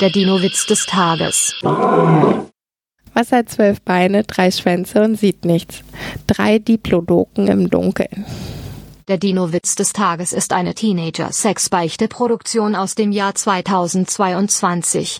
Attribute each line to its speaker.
Speaker 1: Der Dino-Witz des Tages.
Speaker 2: Was hat zwölf Beine, drei Schwänze und sieht nichts? Drei Diplodoken im Dunkeln.
Speaker 1: Der Dino-Witz des Tages ist eine Teenager-Sex-Beichte-Produktion aus dem Jahr 2022.